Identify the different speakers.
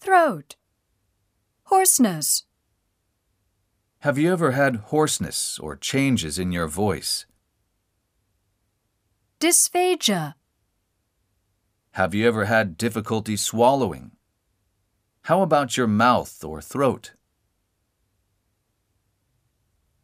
Speaker 1: throat, hoarseness.
Speaker 2: Have you ever had hoarseness or changes in your voice?
Speaker 1: dysphagia,
Speaker 2: Have you ever had difficulty swallowing? How about your mouth or throat?